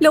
Lo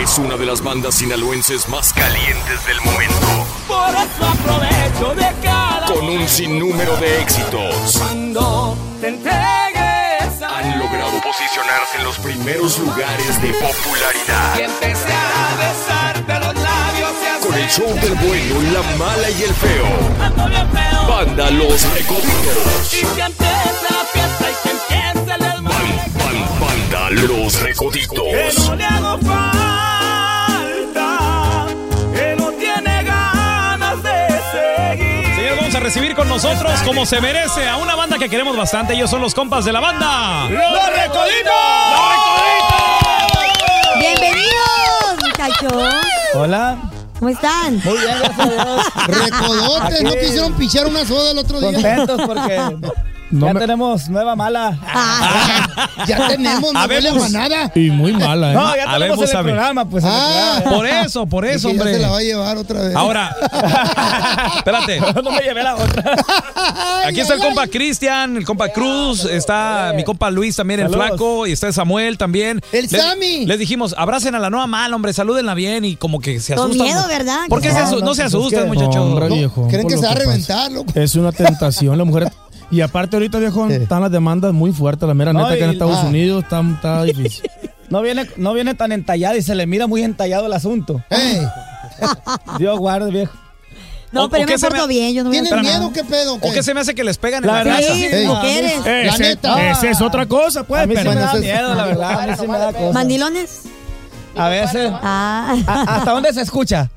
Es una de las bandas sinaloenses más calientes del momento. Por eso aprovecho de cada Con un sinnúmero de éxitos. cuando te entregues a Han logrado posicionarse en los primeros lugares de que popularidad. empecé a besarte los labios y a Con el show hacerte del bueno, la mala y el feo. tanto bien feo Banda Los Recoditos. y que empiece la fiesta y que empiece el Ban, desmadre ban, banda Los que Recoditos. no le hago falta que no tiene ganas de seguir Señores, vamos a recibir con nosotros, como se merece, a una banda que queremos bastante. Ellos son los compas de la banda. ¡Los Recoditos! Bienvenidos, muchachos. Hola. ¿Cómo están? Muy bien, gracias a Dios. Recodotes, no quisieron pichar una soda el otro día. Contentos porque ya tenemos nueva mala. Ah, Ya tenemos, no huele a Habemos- manada. Y muy mala, ¿eh? No, ya A ver, tenemos en el búsame. programa, pues. en el Ah. programa. Por eso, por Que eso, ya hombre. se la va a llevar otra vez. Ahora, espérate. No me llevé la otra. Aquí está el compa Cristian, el compa Cruz, está mi compa Luis también, el Saludos. flaco, y está Samuel también. El Les- Sammy. Les dijimos, abracen a la nueva mal, hombre, salúdenla bien y como que se Con asustan. miedo, ¿verdad? ¿Por qué se No, asu- no, no se pues es asustan, que- muchachos? no, hombre. No, viejo, ¿Creen por que lo se va a que pasa. reventar, loco? Es una tentación, la mujer. Y aparte ahorita, viejo, están las demandas muy fuertes, la mera No, neta que en y- Estados ah. Unidos está, está difícil. No viene, no viene tan entallado y se le mira muy entallado el asunto. Ey, Dios guarde, viejo. No, ¿O- o pero yo qué me se porto me- bien, yo no voy a ¿Tienen hacer miedo? nada. ¿Qué pedo? o ¿O qué se me hace que les pegan en la, La verdad, casa? Sí, Ey, como no, quieres. Eh, La neta. esa es otra cosa, pues. A mí sí pero- me bueno, da eso es- miedo, la verdad. A mí sí me da cosa. ¿Mandilones? A veces. Ah. ¿A- ¿Hasta dónde se escucha?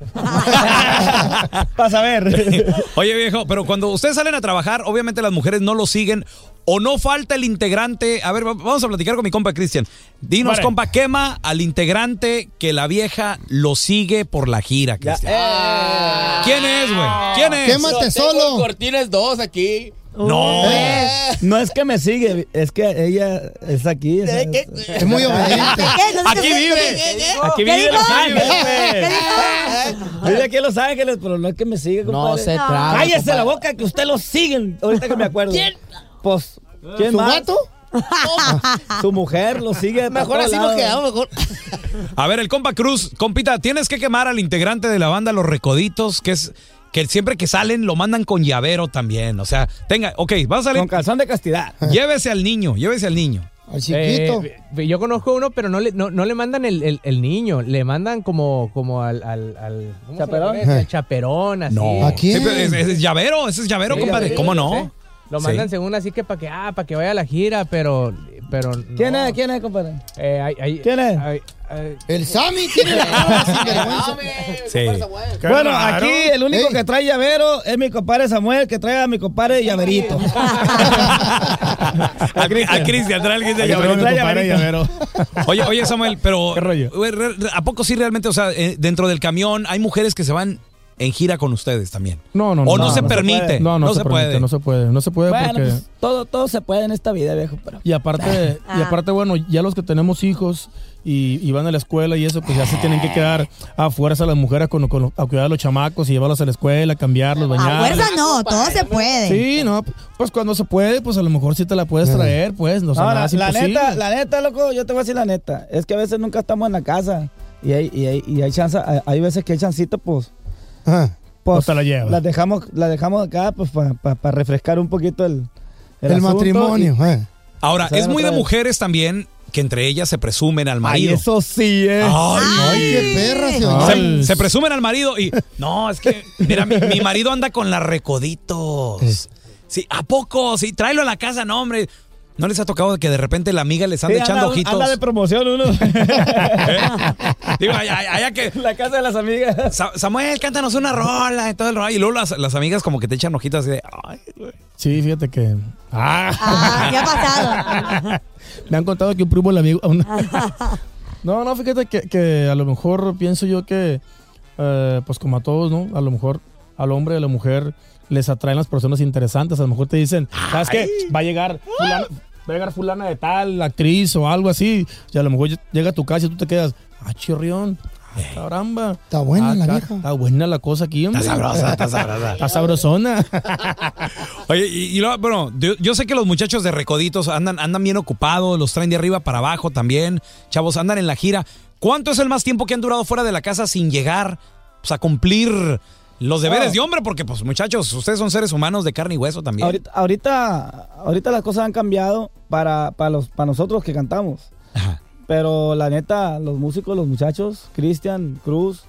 Para saber. Oye, viejo, pero cuando ustedes salen a trabajar, obviamente las mujeres no lo siguen o no falta el integrante. A ver, va- vamos a platicar con mi compa Cristian. Dinos, Vale. compa, quema al integrante que la vieja lo sigue por la gira, Cristian. Eh. ¿Quién es, güey? ¿Quién es? Quémate solo. Cortines dos aquí No. No es que me sigue, es que ella es aquí. o sea, Es muy obediente. ¿Qué? No sé Aquí qué- vive. ¿Qué- qué- Aquí ¿Qué vive en dijo? Los Ángeles. ¿Qué güey. dijo? Vive aquí en Los Ángeles, pero no es que me sigue, compadre. se trabe, Cállese la boca que usted lo siguen. Ahorita que me acuerdo. ¿Quién? Pues, ¿quién ¿Tu más? gato? Su mujer lo sigue. Mejor así nos quedamos. A ver, el compa Cruz, compita, tienes que quemar al integrante de la banda Los Recoditos, que es que siempre que salen lo mandan con llavero también. O sea, tenga, ok, vas a salir. Con calzón de castidad. Llévese al niño, llévese al niño. chiquito. Eh, yo conozco uno, pero no le, no, no le mandan el, el- el niño, le mandan como, como al, al, al- ¿cómo se le Chaperón. parece? Al chaperón, así. No. Sí, pero ese- ese es llavero, ese es llavero, Sí, compadre. sí, ¿Cómo sí. no? Lo Sí. mandan según así que para que, ah, para que vaya a la gira, pero, pero Eh, ¿Quién es? ¿Quién es, compadre? ¿Quién es? el Sammy tiene la cara sin vergüenza. Sí. Bueno, aquí el único que trae llavero es mi compadre Samuel, que trae a mi compadre llaverito. A, Cri- a Cristian, trae alguien de Ahí traigo llavero. mi compadre Llavero. Oye, oye, Samuel, pero. güey, re- re- ¿A poco sí realmente, o sea, eh, dentro del camión hay mujeres que se van en gira con ustedes también? No, O no, se permite. puede. no, no, se, puede. permite, no se puede, no se puede Bueno, porque pues, todo, todo se puede en esta vida, viejo. Pero... y aparte, Ah. y aparte bueno, ya los que tenemos hijos y, y van a la escuela y eso, pues ya se tienen que quedar a fuerza las mujeres con, con- a cuidar a los chamacos y llevarlos a la escuela, cambiarlos, A bañarlos. fuerza no, todo se puede. Sí, no, pues cuando se puede, pues a lo mejor sí te la puedes traer, pues, no sé, Ahora, nada es la imposible. neta, la neta, loco, yo te voy a decir la neta. Es que a veces nunca estamos en la casa y hay, y hay, y hay chance, hay, hay veces que hay chancita, pues. Ah, Pues te la llevas. Las dejamos, las dejamos acá, pues, para refrescar un poquito el, El asunto matrimonio, y- eh. Ahora, Se van es a muy de traer. mujeres también que entre ellas se presumen al Ay, marido. eso sí es. Ay, qué perra, Se, se presumen al marido y no, es que mira, mi, mi marido anda con la recoditos. Sí, ¿a poco? Sí, tráelo a la casa, no, hombre. ¿No les ha tocado que de repente la amiga les anda Sí, echando anda- ojitos? anda de promoción uno. Digo, allá, allá que. La casa de las amigas. Samuel, cántanos una rola y todo el rollo. Y luego las, las amigas como que te echan ojitos así de. "Ay". Sí, fíjate que. Ah. ¿Qué ha pasado? Me han contado que un primo el amigo. a una- no, no, fíjate que, que a lo mejor pienso yo que, eh, pues como a todos, ¿no? A lo mejor al hombre y a la mujer les atraen las personas interesantes. A lo mejor te dicen, ¿sabes qué? Va a llegar fulana, va a llegar fulana de tal, actriz o algo así. Y a lo mejor llega a tu casa y tú te quedas, ah, chirrión. ah, Caramba. Está buena la vieja. Está buena la cosa aquí, hombre. Está sabrosa, está sabrosa. Está sabrosona. Oye, y, y luego, bueno, yo, yo sé que los muchachos de Recoditos andan, andan bien ocupados, los traen de arriba para abajo también. Chavos, andan en la gira. ¿Cuánto es el más tiempo que han durado fuera de la casa sin llegar pues, a cumplir los deberes Ah. de hombre? Porque, pues, muchachos, ustedes son seres humanos de carne y hueso también. Ahorita, ahorita, ahorita las cosas han cambiado para, para, los, para nosotros que cantamos. Pero la neta, los músicos, los muchachos, Cristian, Cruz,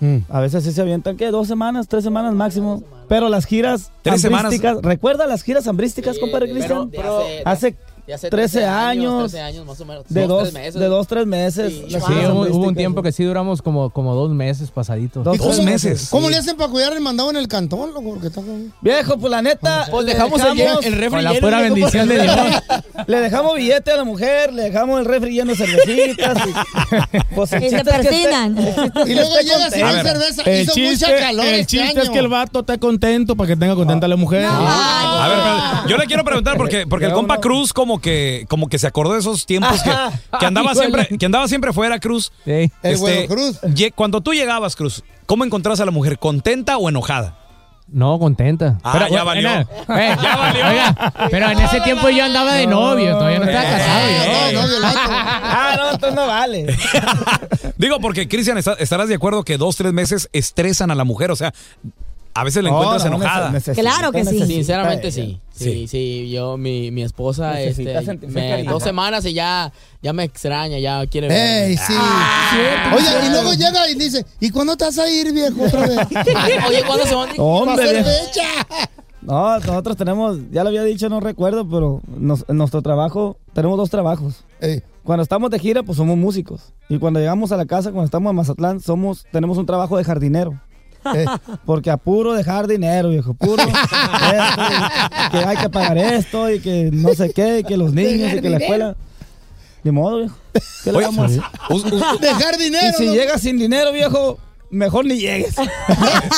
Mm. a veces sí se avientan, ¿qué? Dos semanas, tres semanas máximo. Pero las giras Tres semanas. hambrísticas, ¿recuerda las giras hambrísticas, compadre Cristian? pero- de hace, de hace 13 13 años, años, 13 años más o menos, de dos, dos, tres meses. de dos, tres meses. Sí, hubo, hubo un tiempo que sí duramos como, como dos meses pasaditos. Dos, Dos meses. meses. ¿Cómo le hacen para cuidar el mandado en el cantón, loco? Porque está con- Viejo, pues la neta, Pues le dejamos el ye- el refri Con la lleno, pura viejo, bendición pues. de Dios. Le dejamos billete a la mujer, le dejamos el refri lleno de cervecitas. y- pues el Y se chiste es que esté- persinan. el chiste es que Y luego esté llegas y no hay contento. cerveza. El Hizo chiste, mucha calor el este chiste es año. que el vato esté contento para que tenga contenta a la mujer. A ver, pero yo le quiero preguntar porque, porque el compa Cruz como que, como que se acordó de esos tiempos que, que andaba Híjole. siempre, que andaba siempre fuera Cruz. Este, El huevo Cruz. ye- Cuando tú llegabas, Cruz, ¿cómo encontrabas a la mujer? ¿Contenta o enojada? No, contenta. Ah, Pero, ya bueno, valió. eh, eh, Ya valió. oiga, pero en ese tiempo yo andaba de novio, todavía no estaba Eh, casado. yo. Ah, no, entonces no vale. Digo, porque Cristian, está- estarás de acuerdo que dos, tres meses estresan a la mujer, o sea, a veces la No, encuentras no, enojada. necesita- Claro que sí. necesita Sinceramente ella. sí. Sí, sí, yo, mi, mi esposa, Necesita este, sentirse me- querida. dos semanas y ya, ya me extraña, ya quiere Ey, sí. Oye, y luego llega y dice, ¿y cuándo te vas a ir, viejo? Otra vez? Oye, ¿cuándo se van? Eh. Va a Hombre, ser viejo. fecha. No, nosotros tenemos, ya lo había dicho, no recuerdo, pero nos- en nuestro trabajo tenemos dos trabajos. Cuando estamos de gira, pues somos músicos. Y cuando llegamos a la casa, cuando estamos en Mazatlán, somos, tenemos un trabajo de jardinero. Eh. Porque a puro dejar dinero, viejo, puro. esto, y que hay que pagar esto y que no sé qué, y que los niños y que la escuela. Ni modo, viejo. ¿Qué le Oye, vamos a hacer? us- us- Y si llegas sin dinero, viejo, mejor ni llegues.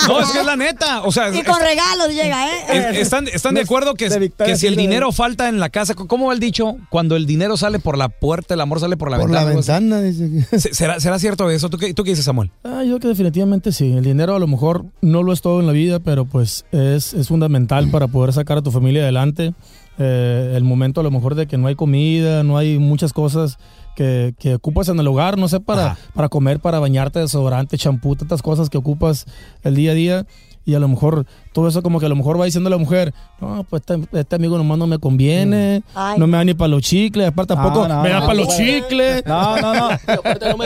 No, es que es la neta. O sea, Y es- con regalos llega, ¿eh? es- están, están de acuerdo que, que si el Silva. dinero falta en la casa, ¿cómo va el dicho? Cuando el dinero sale por la puerta, el amor sale por la ventana. algo así. dice Se- ¿Será, ¿Será cierto eso? ¿Tú qué, ¿Tú qué dices, Samuel? Ah, yo creo que definitivamente sí. El dinero a lo mejor no lo es todo en la vida, pero pues es, es fundamental para poder sacar a tu familia adelante. eh, el momento a lo mejor de que no hay comida, no hay muchas cosas que, que ocupas en el hogar, no sé, para, para comer, para bañarte, desodorante, champú, tantas cosas que ocupas el día a día. Y a lo mejor todo eso como que a lo mejor va diciendo la mujer, no, pues este, este amigo nomás no me conviene, Ay. no me da ni para los chicles, aparte tampoco no, me da no, para no. los chicles. No, no, no. Y aparte no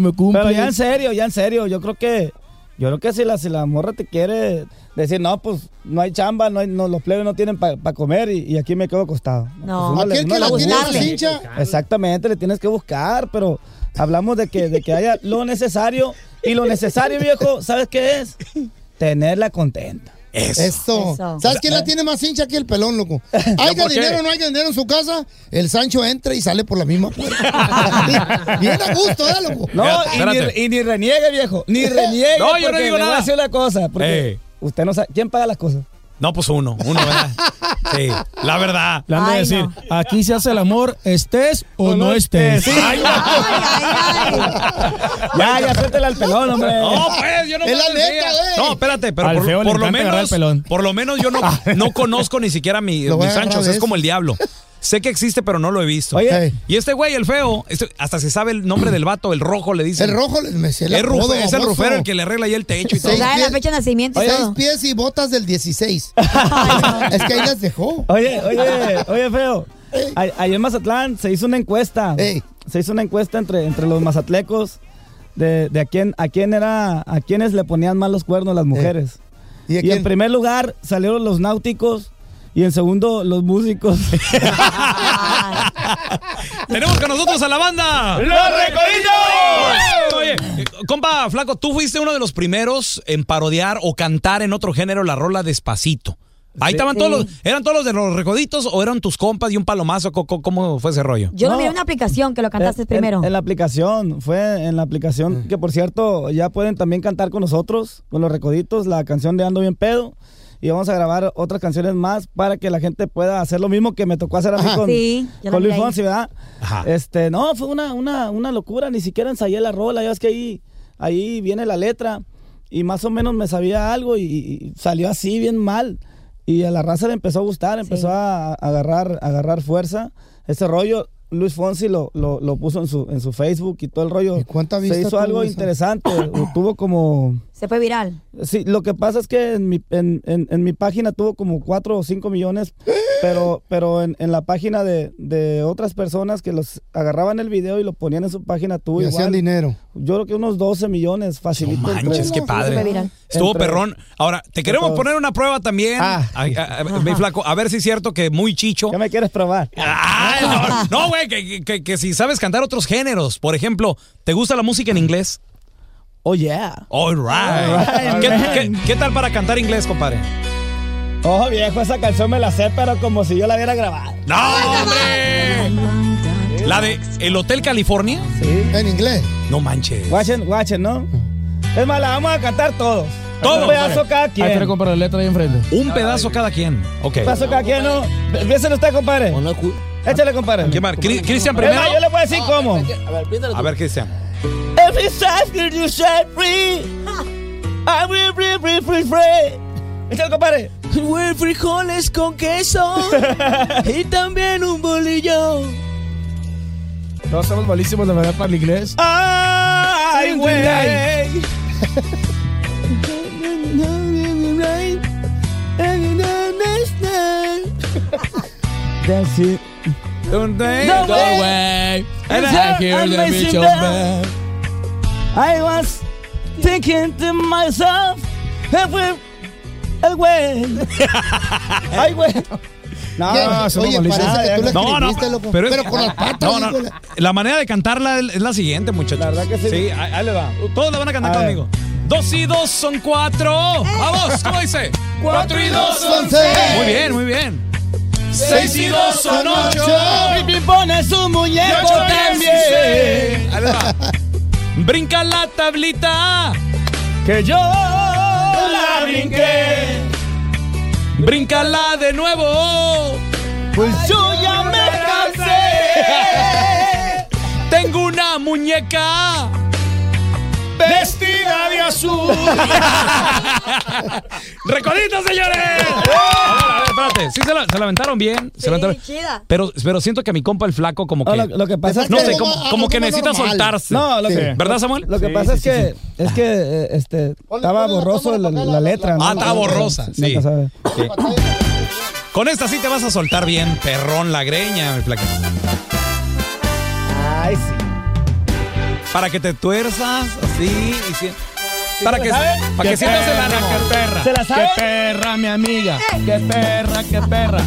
me cumple. Pero ya en serio, ya en serio, yo creo que yo creo que si la, si la morra te quiere decir, no, pues no hay chamba, no hay- no, los plebes no tienen para comer y, y aquí me quedo acostado. No. Pues uno le- Aquel uno que le la tiene busca. más hincha. Exactamente, le tienes que buscar, pero hablamos de que, de que haya lo necesario y lo necesario, viejo, ¿sabes qué es? Tenerla contenta. Eso. ¿Sabes ¿eh? quién la tiene más hincha que el pelón, loco? Haya por qué? dinero o no haya dinero en su casa, el Sancho entra y sale por la misma puerta. Bien a gusto, ¿eh, loco? No, y ni, y ni reniegue, viejo. Ni reniegue. No, yo no porque digo le voy nada. Eh. a decir una cosa. Porque Ey. usted no sabe. ¿Quién paga las cosas? No, pues uno, uno, ¿verdad? Sí, la verdad. Le han de decir, aquí se hace el amor, estés o, no, estés. Ay, no. Ya, ya suéltela al pelón, hombre. No, pues, yo no Es la puedo decir. neta, güey. No, espérate, pero Al por, feo le por lo encanta agarrar menos, el pelón. por lo menos yo no, no conozco ni siquiera a mi, Lo voy mis a agarrar anchos, de es eso. como el diablo. Sé que existe, pero no lo he visto. Oye. y este güey, el feo, este- hasta se sabe el nombre del vato, el rojo le dice. El rojo le- me sé el es, rufe- apodo, es el famoso. rufero el que le arregla ahí el techo y todo. Seis pies- fecha de nacimiento y Seis todo. pies y botas del 16. es que ahí las dejó. Oye, oye, oye, feo. A- Ayer en Mazatlán se hizo una encuesta. Se hizo una encuesta entre, entre los mazatlecos de, de a quién a quién era a quiénes le ponían mal los cuernos las mujeres. ¿Y a Y, quién? en primer lugar salieron los náuticos y en segundo los músicos. Tenemos con nosotros a la banda. ¡Los Recoditos! Oye, eh, compa Flaco, tú fuiste uno de los primeros en parodiar o cantar en otro género la rola Despacito. Ahí Sí. estaban todos los, Sí. ¿eran todos los de los recoditos o eran tus compas y un palomazo? Co- co- ¿Cómo fue ese rollo? Yo lo vi en una aplicación que lo cantaste En- primero. En, la aplicación, fue en la aplicación que por cierto ya pueden también cantar con nosotros, con los recoditos, la canción de Ando Bien Pedo. Y vamos a grabar otras canciones más para que la gente pueda hacer lo mismo que me tocó hacer a mí Ajá. con, Ah, Sí, yo la con vi Luis ahí. Fonsi, ¿verdad? Este, no, fue una, una, una locura, ni siquiera ensayé la rola, ya es que ahí, ahí viene la letra y más o menos me sabía algo y, y salió así bien mal. Y a la raza le empezó a gustar, empezó a, a agarrar, a agarrar fuerza. Ese rollo, Luis Fonsi lo, lo, lo puso en su, en su Facebook y todo el rollo. vista Se hizo tuvo algo eso? interesante, o tuvo como... Se fue viral. Sí, lo que pasa es que en mi, en, en- en mi página tuvo como 4 o 5 millones, pero, pero en, en la página de, de otras personas que los agarraban el video y lo ponían en su página tuvo Y hacían igual. dinero. Yo creo que unos 12 millones facilito. Manches, qué padre. Estuvo Entre- perrón. Ahora, te queremos todos. Ah. poner una prueba también. A- a- a- mi Flaco, a ver si es cierto que muy chicho. ¿Qué me quieres probar? no, güey, que, que- que- que si sabes cantar otros géneros. Por ejemplo, ¿te gusta la música en inglés? Oh, yeah. All right. All right, ¿Qué- man. qué- qué tal para cantar inglés, compadre? Ojo Oh, viejo, esa canción me la sé, pero como si yo la hubiera grabado. ¡No, hombre! La de El Hotel California. Sí. En inglés. No manches. Guachen, guachen, ¿no? Es más, la vamos a cantar todos. Todos. Un pedazo cada Ahí te quien. comprar la letra ahí enfrente. Un pedazo cada quien. Ok. Un pedazo cada quien, ¿no? Empiecen usted, compadre. Échale, compadre. ¿Qué más? Cri- Cristian Es primero. más, Yo le voy a decir cómo. A ver, Cristian. Every second you set free, I will be free, free, free. Échale, compadre. Fue frijoles con queso y también un bolillo. Todos estamos malísimos, la verdad, para el inglés. ¡Ay, güey! That's it. Don't they- Don't Don't way. And I hear the bitch on back. I was thinking to myself, every, away. Ay, güey. No, ¿Qué? eso Oye, no parece que tú la Ah, No, malísimo. no, escribiste, loco. pero Pero, es- con las patas. No, no. hijo. La manera de cantarla es la siguiente, muchachos. La verdad que sí. Sí, ahí, ahí le va. Todos la van a cantar A ver. conmigo. Dos y dos son cuatro. Vamos, ¿cómo dice? Cuatro y dos son seis. Muy bien, muy bien. Seis y dos son ocho. Y me pone su Y muñeco ocho es también. dieciséis. Ahí le va. Brinca la tablita. Que yo la brinqué. Bríncala de nuevo. Pues Yo ya me cansé. Tengo una muñeca Vestida de azul. ¡Eh! ¡Recoditos, señores! A ver, a ver, espérate. fíjate, sí se la, se la aventaron bien. se la Sí, aventaron- chida. Pero, pero siento que mi compa el flaco como que... No, lo- lo que pasa es no que- sé, como, algo como que como necesita normal. soltarse. No, lo que- ¿Verdad, Samuel? Lo que pasa es que, es que eh, este, estaba borroso la, la letra. ¿no? Ah, estaba borrosa, Nunca sí. sabe. Con esta sí te vas a soltar bien, perrón la greña, mi flaca. Ay, sí. Para que te tuerzas así y si- Para se que, la sabe? para que Qué sientas el perra, ánimo. qué perra. ¿Se la sabe? Qué perra, mi amiga. Qué perra, qué perra.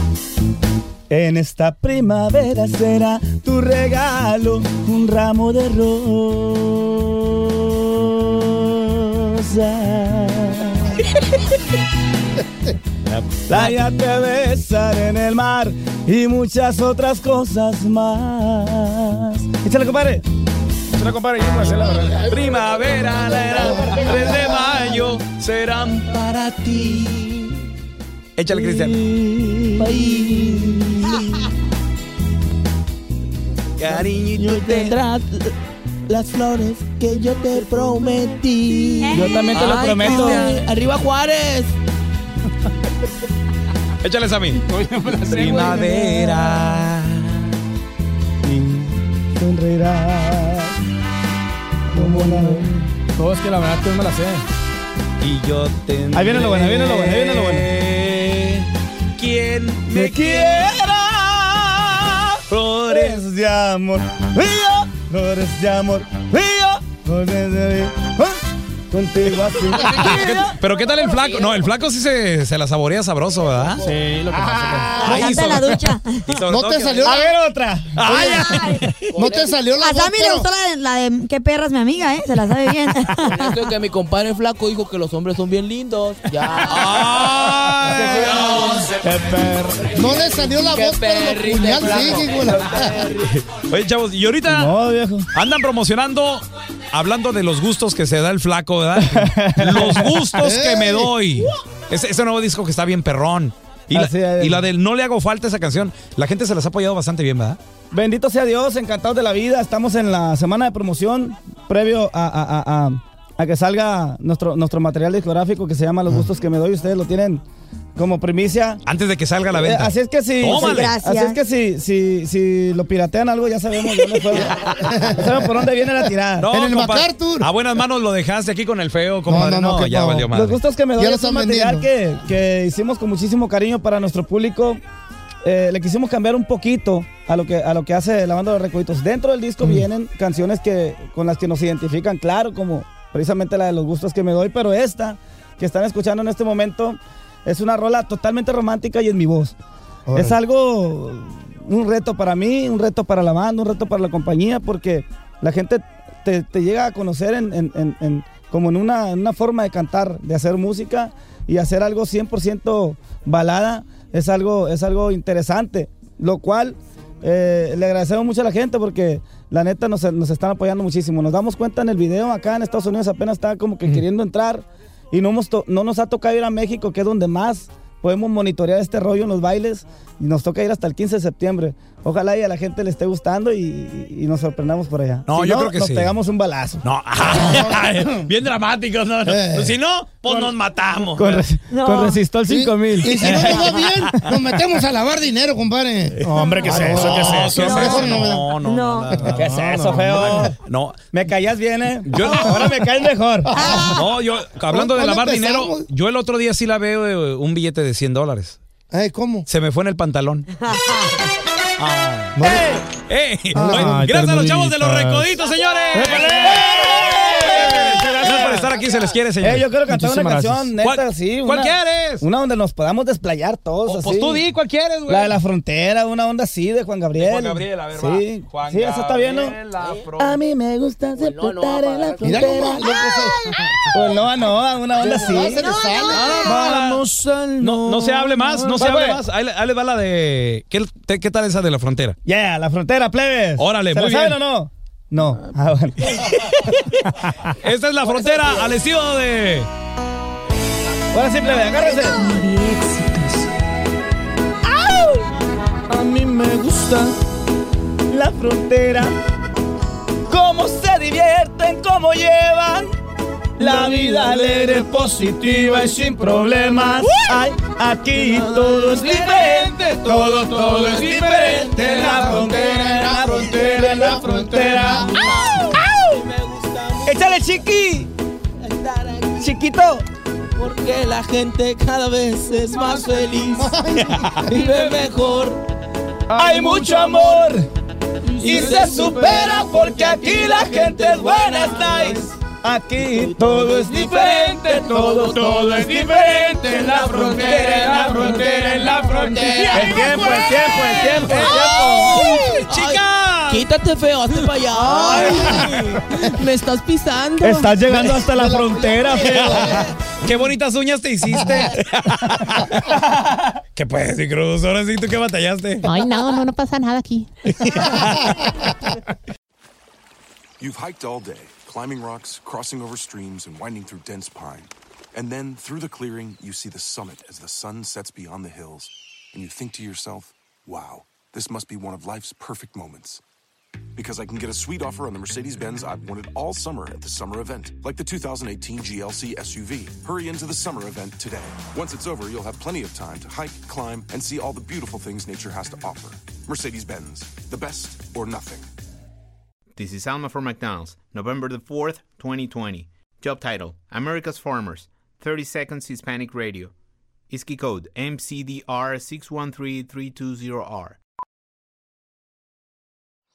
En esta primavera será tu regalo un ramo de rosas. La playa te besaré en el mar y muchas otras cosas más. Échale, compadre. Échale, compadre. Primavera, la era, 3 de mayo serán para ti. Échale, Cristian. Cariño, tendrás las flores que yo te prometí. Yo también te lo Ay, prometo. Cristian, Arriba Juárez. Échales a mí. Primavera. Y sonreirás como la No, es que la verdad tú no me la sé. Y yo te. Ahí viene lo bueno, ahí viene lo bueno, ahí viene lo bueno. ¿Quién me quiera? Flores de amor, mío, flores de amor, mío, flores de amor. Contigo así. Pero ¿qué tal el flaco? No, el flaco sí se, se la saborea sabroso, ¿verdad? Sí, lo que pasa Ay, Canta en sobre- la ducha. y sobre No todo te que- salió. A ver otra. No te salió la A voz, Sammy le pero- gustó la de, la de qué perras mi amiga, ¿eh? Se la sabe bien. Esto que mi compadre flaco dijo que los hombres son bien lindos. Ya. Qué perra. No le salió la Qué voz, pero lo perrito, puñal flaco. sigue, güey. Oye, chavos, y ahorita andan promocionando, hablando de los gustos que se da el flaco, ¿verdad? los gustos que me doy. Ese, ese nuevo disco que está bien perrón. Y la, Así es. y la del No le hago falta esa canción. La gente se las ha apoyado bastante bien, ¿verdad? Bendito sea Dios, encantados de la vida. Estamos en la semana de promoción previo a, a- a- a- a que salga nuestro, nuestro material discográfico que se llama Los gustos que me doy. Ustedes lo tienen como primicia. Antes de que salga a la Eh, venta. así es que si, Tómale. si- así es que si, si, si lo piratean algo, ya sabemos de dónde fue. ya sabemos por dónde viene la tirada. No, compa- A buenas manos lo dejaste aquí con el feo, compadre. No, que ya no. valió madre. Los gustos que me Ya doy lo es un están material que, que hicimos con muchísimo cariño para nuestro público. Eh, le quisimos cambiar un poquito a lo que a lo que hace la banda de los recoditos. Dentro del Mm. disco vienen canciones que con las que nos identifican, claro, como precisamente la de los gustos que me doy, pero esta que están escuchando en este momento es una rola totalmente romántica y en mi voz. Órale. Es algo un reto para mí, un reto para la banda, un reto para la compañía, porque la gente te, te llega a conocer en, en- en- en- como en una, en una forma de cantar, de hacer música y hacer algo 100% balada, es algo, es algo interesante, lo cual eh, le agradecemos mucho a la gente porque la neta nos, nos están apoyando muchísimo. Nos damos cuenta en el video acá en Estados Unidos apenas está como que queriendo entrar y no, hemos to- no nos ha tocado ir a México, que es donde más podemos monitorear este rollo en los bailes y nos toca ir hasta el 15 de septiembre. Ojalá y a la gente le esté gustando y, y nos sorprendamos por allá. No, Si yo creo que nos sí. pegamos un balazo. No, bien dramáticos, no, no. Eh. Si no, pues nos matamos. Con, res- No. con Resistol Y- 5000. Y si no nos va bien, nos metemos a lavar dinero, compadre. Hombre, ¿qué es eso? ¿Qué es eso? No, ¿Qué es mejor eso? no, no, no, ¿Qué es eso, feo? No, Me callas bien, ¿eh? Yo- Ahora me caes mejor. no, yo, hablando de ¿Cuándo lavar empezamos? dinero, yo el otro día sí la veo eh, un billete de 100 dólares. ¿Cómo? Se me fue en el pantalón. Ah. ¡Ey! ¡Ey! Ay, Bueno, gracias a los ternuritas. chavos de los recoditos, señores. Gracias por estar aquí, se les quiere, señores. Eh, yo quiero cantar una canción, neta, ¿Cuál- sí. ¿Cuál una- quieres? Una donde nos podamos desplayar todos. Pues así. tú di, ¿cuál quieres, güey? La de la frontera, una onda así de Juan Gabriel. Juan Gabriel, a ver, va. Sí, Juan sí esa está bien, ¿no? Gabriel, la A mí me gusta no, no va a sepultar en la parar. Mira frontera. nomás, loco, Pues no, no, una onda así. No, se le sale. Ah, Vamos al No, no se hable más, no se Va, hable pues. más. Ahí, le- ahí les va la de. ¿Qué, te- qué tal esa de la frontera? Yeah, la frontera, plebes. Órale, ¿Se muy la saben bien. o no? No. Ah, bueno. Esta es la frontera al estilo de. Ahora sí, plebe, agárrense. A mí me gusta la frontera. Cómo se divierten, cómo llevan La vida alegre, es positiva y sin problemas. Ay, aquí todo es diferente, todo, todo es diferente. En la frontera, en la frontera, en la frontera. ¡Échale, chiqui! ¡Chiquito! Porque la gente cada vez es más feliz, vive mejor. Hay mucho amor y se supera porque aquí la gente es buena, es nice. Aquí todo es diferente, todo, todo es diferente. En la frontera, en la frontera, en la frontera. El tiempo, el tiempo, el tiempo, el tiempo. ¡Chica! Quítate feo, hazte para allá. me estás pisando. Estás llegando hasta la frontera, Qué bonitas uñas te hiciste. ¿Qué puedes, mi Cruz? Ahora sí, ¿tú qué batallaste? Ay, no, no, no pasa nada aquí. You've hiked all day, climbing rocks, crossing over streams, and winding through dense pine. And then, through the clearing, you see the summit as the sun sets beyond the hills. And you think to yourself, wow, this must be one of life's perfect moments. Because I can get a sweet offer on the Mercedes Benz I've wanted all summer at the summer event, like the 2018 GLC SUV. Hurry into the summer event today. Once it's over, you'll have plenty of time to hike, climb, and see all the beautiful things nature has to offer. Mercedes Benz, the best or nothing. This is Alma for McDonald's, November the 4th, 2020. Job title America's Farmers, 30 Seconds Hispanic Radio. ISKI code MCDR613320R.